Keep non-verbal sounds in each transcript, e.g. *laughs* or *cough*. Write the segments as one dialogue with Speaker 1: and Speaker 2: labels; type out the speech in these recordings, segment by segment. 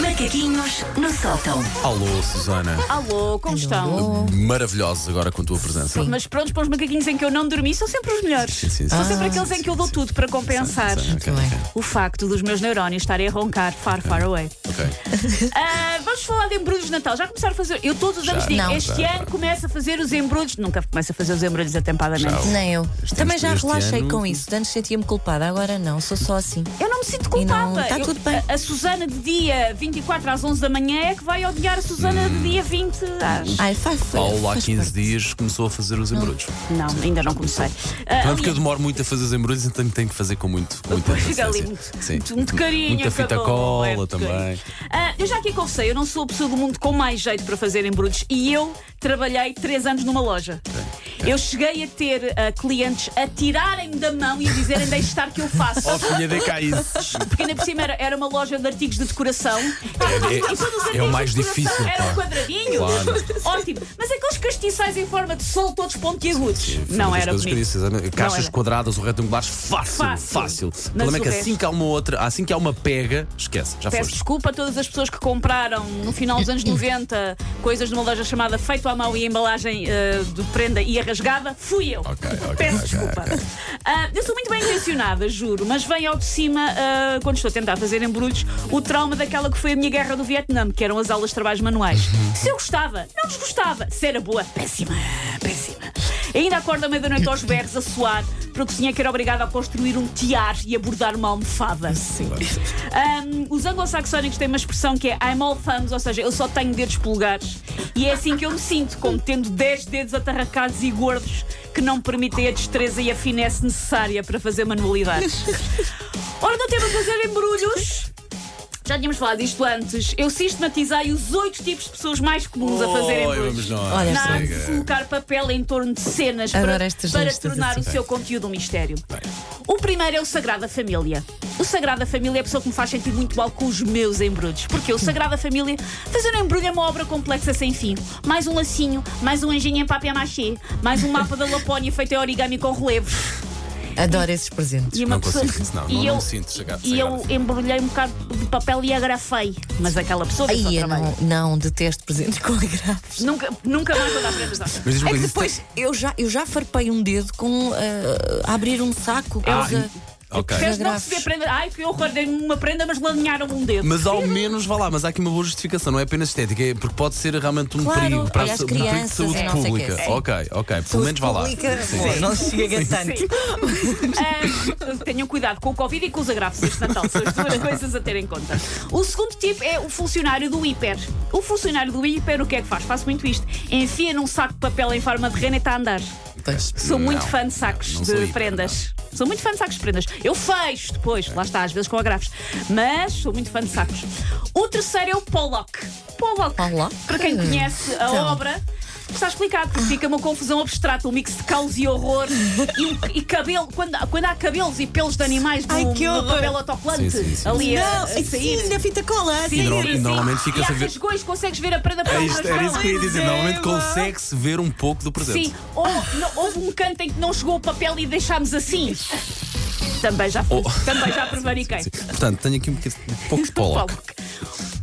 Speaker 1: Macaquinhos no sótão.
Speaker 2: Alô, Susana.
Speaker 3: Alô, como estão?
Speaker 2: Maravilhosos agora com a tua presença.
Speaker 3: Mas prontos, para os macaquinhos em que eu não dormi, são sempre os melhores.
Speaker 2: Sim, sim, sim.
Speaker 3: São
Speaker 2: Ah,
Speaker 3: sempre aqueles em que eu dou tudo para compensar.
Speaker 2: Sim, ok,
Speaker 4: Muito
Speaker 2: ok,
Speaker 3: O facto dos meus neurónios estarem a roncar far, far away.
Speaker 2: ok.
Speaker 3: Ah, vamos falar de embrulhos de Natal. Já começaram a fazer. Eu todos os anos digo,
Speaker 4: Não.
Speaker 3: este
Speaker 2: Já,
Speaker 3: ano começo a fazer os embrulhos. Nunca começo a fazer os embrulhos
Speaker 2: Já.
Speaker 3: atempadamente.
Speaker 4: Nem eu. Também já
Speaker 2: este
Speaker 4: relaxei
Speaker 2: ano-
Speaker 4: com isso. Antes sentia-me culpada, agora não, sou só assim.
Speaker 3: Eu não me sinto
Speaker 4: E não-
Speaker 3: culpada.
Speaker 4: tá
Speaker 3: Eu-
Speaker 4: tudo bem.
Speaker 3: A, a Susana de dia 24 às 11 da manhã é que vai odiar a Susana
Speaker 2: Hum.
Speaker 3: de dia 20 às.
Speaker 4: Ai, faz
Speaker 2: Paulo há
Speaker 4: faz
Speaker 2: 15
Speaker 4: parte.
Speaker 2: dias começou a fazer os embrulhos.
Speaker 3: Não, ainda não comecei. Ah,
Speaker 2: Não é porque eu
Speaker 3: aliás-
Speaker 2: demoro muito a fazer os embrulhos, então tenho que fazer com muito, com muita
Speaker 3: Pois,
Speaker 2: paciência.
Speaker 3: ali, muito- muito- muito carinho,
Speaker 2: Muita fita
Speaker 3: acabou, é
Speaker 2: cola
Speaker 3: muito
Speaker 2: também.
Speaker 3: carinho. Ah, eu já aqui confessei, eu não sou a pessoa do mundo com mais jeito para fazer embrulhos e eu trabalhei três anos numa loja. Eu cheguei a ter ah, clientes a tirarem-me da mão e a dizerem deixe estar que eu faço.
Speaker 2: Oh, filha, de cá isso.
Speaker 3: Porque ainda por cima era, era uma loja de artigos de decoração.
Speaker 2: é-
Speaker 3: E todos os artigos
Speaker 2: é o mais
Speaker 3: de decoração
Speaker 2: difícil,
Speaker 3: Eram
Speaker 2: pá.
Speaker 3: quadradinhos.
Speaker 2: Claro.
Speaker 3: Ótimo. Mas aqueles castiçais em forma de sol, todos pontiagudos. Não era
Speaker 2: coisas que eu
Speaker 3: bonito.
Speaker 2: disse, Susana. Caixas
Speaker 3: era.
Speaker 2: quadradas ou retangulares, fácil, fácil.
Speaker 3: Fácil.
Speaker 2: O problema é
Speaker 3: o
Speaker 2: que
Speaker 3: resto-
Speaker 2: assim que há uma outra, assim que há uma pega, esquece, já
Speaker 3: Peço
Speaker 2: foste.
Speaker 3: desculpa a todas as pessoas que compraram no final dos anos 90 coisas numa loja chamada Feito à Mão e a embalagem eh, de prenda ia rasgada. Fui eu.
Speaker 2: Ok, ok,
Speaker 3: Peço
Speaker 2: ok,
Speaker 3: desculpa.
Speaker 2: ok.
Speaker 3: *laughs* Ah, eu sou muito bem intencionada, juro, mas vem ao de cima, ah, quando estou a tentar fazer embrulhos, o trauma daquela que foi a minha guerra do Vietnã, que eram as aulas de trabalhos manuais. Se eu gostava, não desgostava. Se era boa, péssima, péssima. Ainda acordo à meia-noite aos berros a suar, porque tinha que era obrigada a construir um tiar e a bordar uma almofada. Sim. os anglo-saxónicos têm uma expressão que é I'm all thumbs, ou seja, eu só tenho dedos polegares. E é assim que eu me sinto, como tendo 10 dedos atarracados e gordos que não me permitem a destreza e a finesse necessária para
Speaker 4: *laughs*
Speaker 3: fazer manualidades. Ora, não temos a fazer embrulhos. Já tínhamos falado disto antes. Eu sistematizei os oito tipos de pessoas mais comuns a fazer
Speaker 2: Oi, vamos
Speaker 3: embrulhos.
Speaker 2: nós.
Speaker 4: Olha,
Speaker 3: Nada de
Speaker 2: Chega.
Speaker 3: colocar papel em torno de cenas
Speaker 4: Adoro
Speaker 3: para,
Speaker 4: estas
Speaker 3: para
Speaker 4: listas
Speaker 3: tornar
Speaker 4: assim.
Speaker 3: o seu conteúdo um mistério. O primeiro é o Sagrada Família. O Sagrada Família é a pessoa que me faz sentir muito mal com os meus embrulhos. Porque o Sagrada Família, fazer um embrulho é uma obra complexa sem fim. Mais um lacinho, mais um anjinho em papier-mâché, mais um mapa da Lapónia feito em origami com relevos.
Speaker 4: Adoro esses presentes.
Speaker 3: E uma
Speaker 2: Não
Speaker 3: pessoa...
Speaker 2: consigo isso, não. Não-
Speaker 3: e
Speaker 2: não
Speaker 3: eu,
Speaker 2: me sinto Sagrada-
Speaker 3: E
Speaker 2: Sagrada
Speaker 3: eu
Speaker 2: Família.
Speaker 3: embrulhei um bocado de papel e agrafei. Mas aquela pessoa fez é o
Speaker 4: Aí
Speaker 3: seu
Speaker 4: eu não,
Speaker 3: trabalho.
Speaker 4: não detesto presentes *laughs* coligrados.
Speaker 3: Nunca, nunca mais vou dar
Speaker 2: *laughs*
Speaker 3: prendas novas.
Speaker 2: Mas diz-me
Speaker 4: É
Speaker 2: uma
Speaker 4: que
Speaker 2: coisa,
Speaker 4: depois
Speaker 2: assim.
Speaker 4: eu já, eu já farpei um dedo com ah, a abrir um saco. por
Speaker 2: Ah,
Speaker 4: causa-
Speaker 2: ok.
Speaker 3: Fez não
Speaker 4: Agrafes.
Speaker 3: receber prenda. Ai, que horror, dei-me uma prenda, mas lalinharam um dedo.
Speaker 2: Mas ao menos, vá lá, mas há aqui uma boa justificação, não é apenas estética, é porque pode ser realmente um
Speaker 4: Claro,
Speaker 2: perigo para
Speaker 4: olha,
Speaker 2: a
Speaker 4: as
Speaker 2: sa- um perigo de
Speaker 4: crianças
Speaker 2: saúde
Speaker 4: e não sei o quê,
Speaker 2: pública.
Speaker 4: sim.
Speaker 2: Ok, ok, pelo menos vá lá.
Speaker 4: Pública,
Speaker 2: Sim.
Speaker 4: pô, não chega
Speaker 3: Sim. é Ah, tenham cuidado com o Covid e com os agrafos este Natal, são as *laughs* duas coisas a ter em conta. O segundo tipo é o funcionário do hiper. O funcionário do hiper, o que é que faz? Faço muito isto. Enfia num saco de papel em forma de rena e está a andar.
Speaker 4: Pois.
Speaker 3: Sou
Speaker 2: Não,
Speaker 3: muito fã de sacos
Speaker 2: não, não
Speaker 3: de
Speaker 2: sou hiper,
Speaker 3: prendas. Sou muito fã de sacos de prendas. Eu fecho depois, lá está, às vezes com agrafos. Mas sou muito fã de sacos. O terceiro é o Pollock. Pollock.
Speaker 4: Pollock?
Speaker 3: Para quem conhece a
Speaker 4: Então.
Speaker 3: obra. Está explicado, porque fica uma confusão abstrata, um mix de caos e horror e, um- e cabelo, quando, quando há cabelos e pelos de animais no,
Speaker 5: Ai, que
Speaker 3: no
Speaker 5: horror.
Speaker 3: papel autocolante
Speaker 2: Sim, sim, sim.
Speaker 3: ali a-
Speaker 5: Não,
Speaker 3: a
Speaker 5: e
Speaker 3: sair.
Speaker 4: é
Speaker 5: sim, na fita cola.
Speaker 3: Sim,
Speaker 2: E norma-
Speaker 3: sim, sim.
Speaker 2: normalmente fica-se a
Speaker 3: e
Speaker 2: ver-
Speaker 3: às rasgões consegues ver a prenda para
Speaker 2: É
Speaker 3: o
Speaker 2: isto, era isso que eu ia dizer. Normalmente consegue-se ver um pouco do presente.
Speaker 3: Sim, ou não- houve um canto em que não chegou o papel e deixámos assim. Também já,
Speaker 2: Oh.
Speaker 3: também já prevariquei.
Speaker 2: Sim. Portanto, tenho aqui um bocadinho de poucos Pollock.
Speaker 3: Pollock.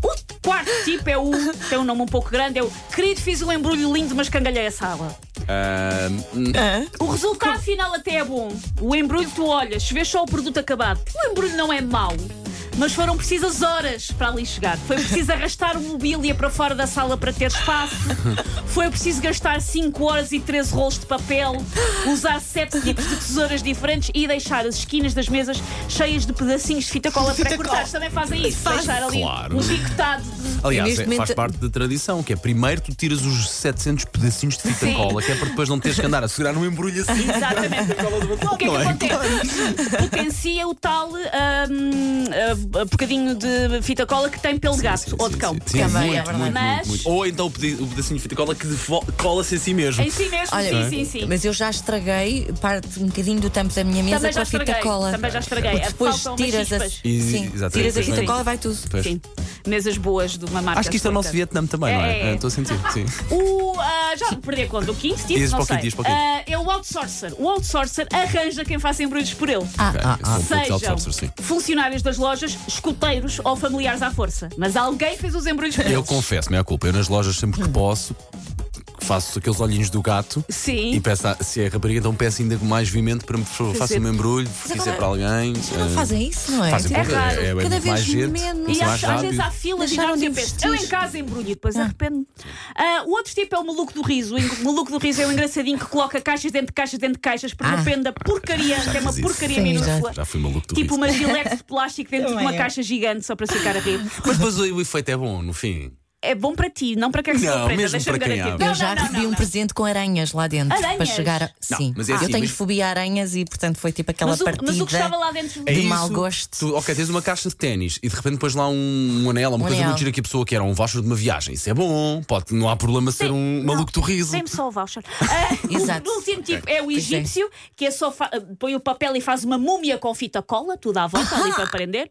Speaker 3: O quarto tipo é o. tem um nome um pouco grande, é o. Querido, fiz um embrulho lindo, mas cangalhei a sala.
Speaker 2: Ah, hum,
Speaker 3: O resultado final até é bom. O embrulho tu olhas, vês só o produto acabado. O embrulho não é mau. Mas foram precisas horas para ali chegar. Foi preciso *laughs* arrastar o mobília para fora da sala para ter espaço. Foi preciso gastar 5 horas e 13 rolos de papel, usar 7 tipos de tesouras diferentes e deixar as esquinas das mesas cheias de pedacinhos de fita cola
Speaker 5: Fita
Speaker 3: pré-cortados. Também fazem isso. Deixar ali
Speaker 2: Claro.
Speaker 3: um picotado de.
Speaker 2: aliás,
Speaker 4: Neste
Speaker 2: é- faz
Speaker 4: momento-
Speaker 2: parte da tradição, que é primeiro tu tiras os 700 pedacinhos de fita
Speaker 3: Sim.
Speaker 2: cola, que é para depois não teres que andar a segurar num embrulho
Speaker 3: *laughs*
Speaker 2: assim.
Speaker 3: Exatamente. O que é que
Speaker 2: Não é?
Speaker 3: acontece? Potencia é o tal hum, ah, bocadinho de fita cola que tem pelo de gato
Speaker 2: Sim,
Speaker 3: Ah, ou
Speaker 2: sim,
Speaker 3: de cão.
Speaker 2: sim. Sim,
Speaker 4: Também é
Speaker 2: muito,
Speaker 4: verdade.
Speaker 2: muito, muito,
Speaker 3: Mas-
Speaker 2: muito. Ou então o pedi- o pedacinho de fita cola que defo- cola-se a si mesmo.
Speaker 3: Em si mesmo,
Speaker 4: Olha,
Speaker 3: sim, sim, sim.
Speaker 4: Mas eu já estraguei parte um bocadinho do tampo da minha mesa
Speaker 3: Também
Speaker 4: com
Speaker 3: já
Speaker 4: a fita
Speaker 3: estraguei,
Speaker 4: cola.
Speaker 3: também já estraguei.
Speaker 4: Depois
Speaker 3: É, Faltam umas
Speaker 4: tiras a,
Speaker 3: chispas.
Speaker 2: E-
Speaker 4: sim,
Speaker 2: exatamente,
Speaker 4: tiras a
Speaker 2: depois
Speaker 4: fita
Speaker 2: vem-
Speaker 4: cola, vai tudo.
Speaker 2: Pois.
Speaker 3: Sim. mesas boas de uma marca.
Speaker 2: Acho que isto é o nosso
Speaker 3: sueca.
Speaker 2: Vietnã também, não
Speaker 3: É,
Speaker 2: é?
Speaker 3: é.
Speaker 2: É, Estou a sentir, sim.
Speaker 3: O, ah, já perdi a conta, o quinto tipo,
Speaker 2: Diz
Speaker 3: não
Speaker 2: para o
Speaker 3: sei.
Speaker 2: quinto, diz para o quinto.
Speaker 3: Ah, é o outsourcer. O outsourcer arranja quem faça embrulhos por ele.
Speaker 4: Ah,
Speaker 2: Ok,
Speaker 4: ah,
Speaker 2: sou um pouco de
Speaker 3: Sejam
Speaker 2: outsourcer, sim.
Speaker 3: funcionários das lojas, escuteiros ou familiares à força. Mas alguém fez os embrulhos por
Speaker 2: Eu
Speaker 3: eles.
Speaker 2: confesso, não é a culpa. Eu nas lojas sempre que posso faço aqueles olhinhos do gato. E
Speaker 3: Sim.
Speaker 2: peço, a- se é rapariga, então peço ainda com mais vimento para me por favor, faça um embrulho, se quiser para alguém.
Speaker 4: Já não
Speaker 2: eh,
Speaker 4: fazem isso, não é?
Speaker 2: Fazem
Speaker 4: Tipo,
Speaker 2: pouco,
Speaker 3: raro.
Speaker 2: é, é,
Speaker 4: Cada
Speaker 2: muito
Speaker 4: vez
Speaker 2: mais gente,
Speaker 4: menos.
Speaker 2: muito
Speaker 3: E
Speaker 2: é mais
Speaker 3: às, às vezes
Speaker 2: rápido.
Speaker 3: há filas e
Speaker 4: Deixaram
Speaker 3: dá
Speaker 4: de
Speaker 3: tempo.
Speaker 4: investir.
Speaker 3: Eu em casa embrulho e depois arrependo-me. Ah, o outro tipo é o maluco do riso. O maluco do riso é um engraçadinho que coloca caixas dentro de caixas dentro de caixas porque
Speaker 4: Ah.
Speaker 3: depende da porcaria, que é uma
Speaker 2: fiz isso.
Speaker 3: porcaria
Speaker 4: Sim,
Speaker 3: minúscula.
Speaker 2: Já fui maluco do
Speaker 3: Tipo
Speaker 2: riso.
Speaker 3: uma gilete de plástico dentro de
Speaker 4: Também é.
Speaker 3: uma
Speaker 4: eu.
Speaker 3: caixa gigante só para ficar a rir.
Speaker 2: Mas depois o o efeito é bom, no fim.
Speaker 3: É bom para ti, não para quem se
Speaker 2: Não,
Speaker 3: surpreenda.
Speaker 2: mesmo
Speaker 3: Deixa-me
Speaker 2: para quem
Speaker 3: garantir.
Speaker 2: abre.
Speaker 4: Eu
Speaker 3: Não,
Speaker 4: já
Speaker 3: não, não,
Speaker 4: recebi
Speaker 3: não,
Speaker 4: um
Speaker 3: não.
Speaker 4: presente com aranhas lá dentro
Speaker 3: Aranhas?
Speaker 4: para chegar. A...
Speaker 2: Não,
Speaker 4: Sim,
Speaker 2: mas é
Speaker 4: eu
Speaker 2: assim,
Speaker 4: tenho
Speaker 2: mas-
Speaker 4: fobia a aranhas e portanto foi tipo aquela
Speaker 3: Mas o,
Speaker 4: partida.
Speaker 3: mas o que estava lá dentro
Speaker 4: É De mau gosto.
Speaker 2: Tu, ok, tens uma caixa de ténis e de repente pões lá um, um anel,
Speaker 4: Um
Speaker 2: uma coisa
Speaker 4: anel.
Speaker 2: muito gira que a pessoa quer, um voucher de uma viagem. Isso é bom, pode, não há problema ser
Speaker 3: Sim,
Speaker 2: um
Speaker 3: não,
Speaker 2: maluco do riso.
Speaker 3: Tem-me só o voucher.
Speaker 2: *laughs*
Speaker 3: Ah,
Speaker 4: Exato.
Speaker 3: O último tipo é o
Speaker 4: Pois é.
Speaker 3: egípcio, que é só fa- põe o papel e faz uma múmia com fita cola, tudo à volta ali
Speaker 2: *laughs*
Speaker 3: para prender.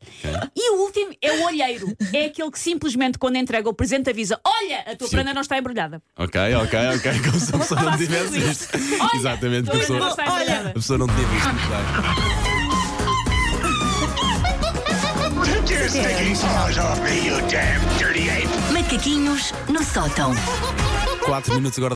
Speaker 3: E o último é o olheiro. É aquele que simplesmente, quando entrega o presente, avisa: Olha, a tua
Speaker 2: Sim.
Speaker 3: prenda não está embrulhada.
Speaker 2: Ok, ok, ok, *laughs* como se a pessoa não
Speaker 3: Faço
Speaker 2: tivesse
Speaker 3: isso.
Speaker 2: visto.
Speaker 3: Olha,
Speaker 2: Exatamente,
Speaker 3: a
Speaker 2: a
Speaker 3: tua prenda não
Speaker 2: pessoa,
Speaker 3: está
Speaker 2: a
Speaker 3: embrulhada.
Speaker 2: pessoa não tinha visto. muito bem.
Speaker 5: Take your stinking paws off me, you damn dirty ape!
Speaker 1: Macaquinhos no sótão.
Speaker 2: Quatro minutos agora.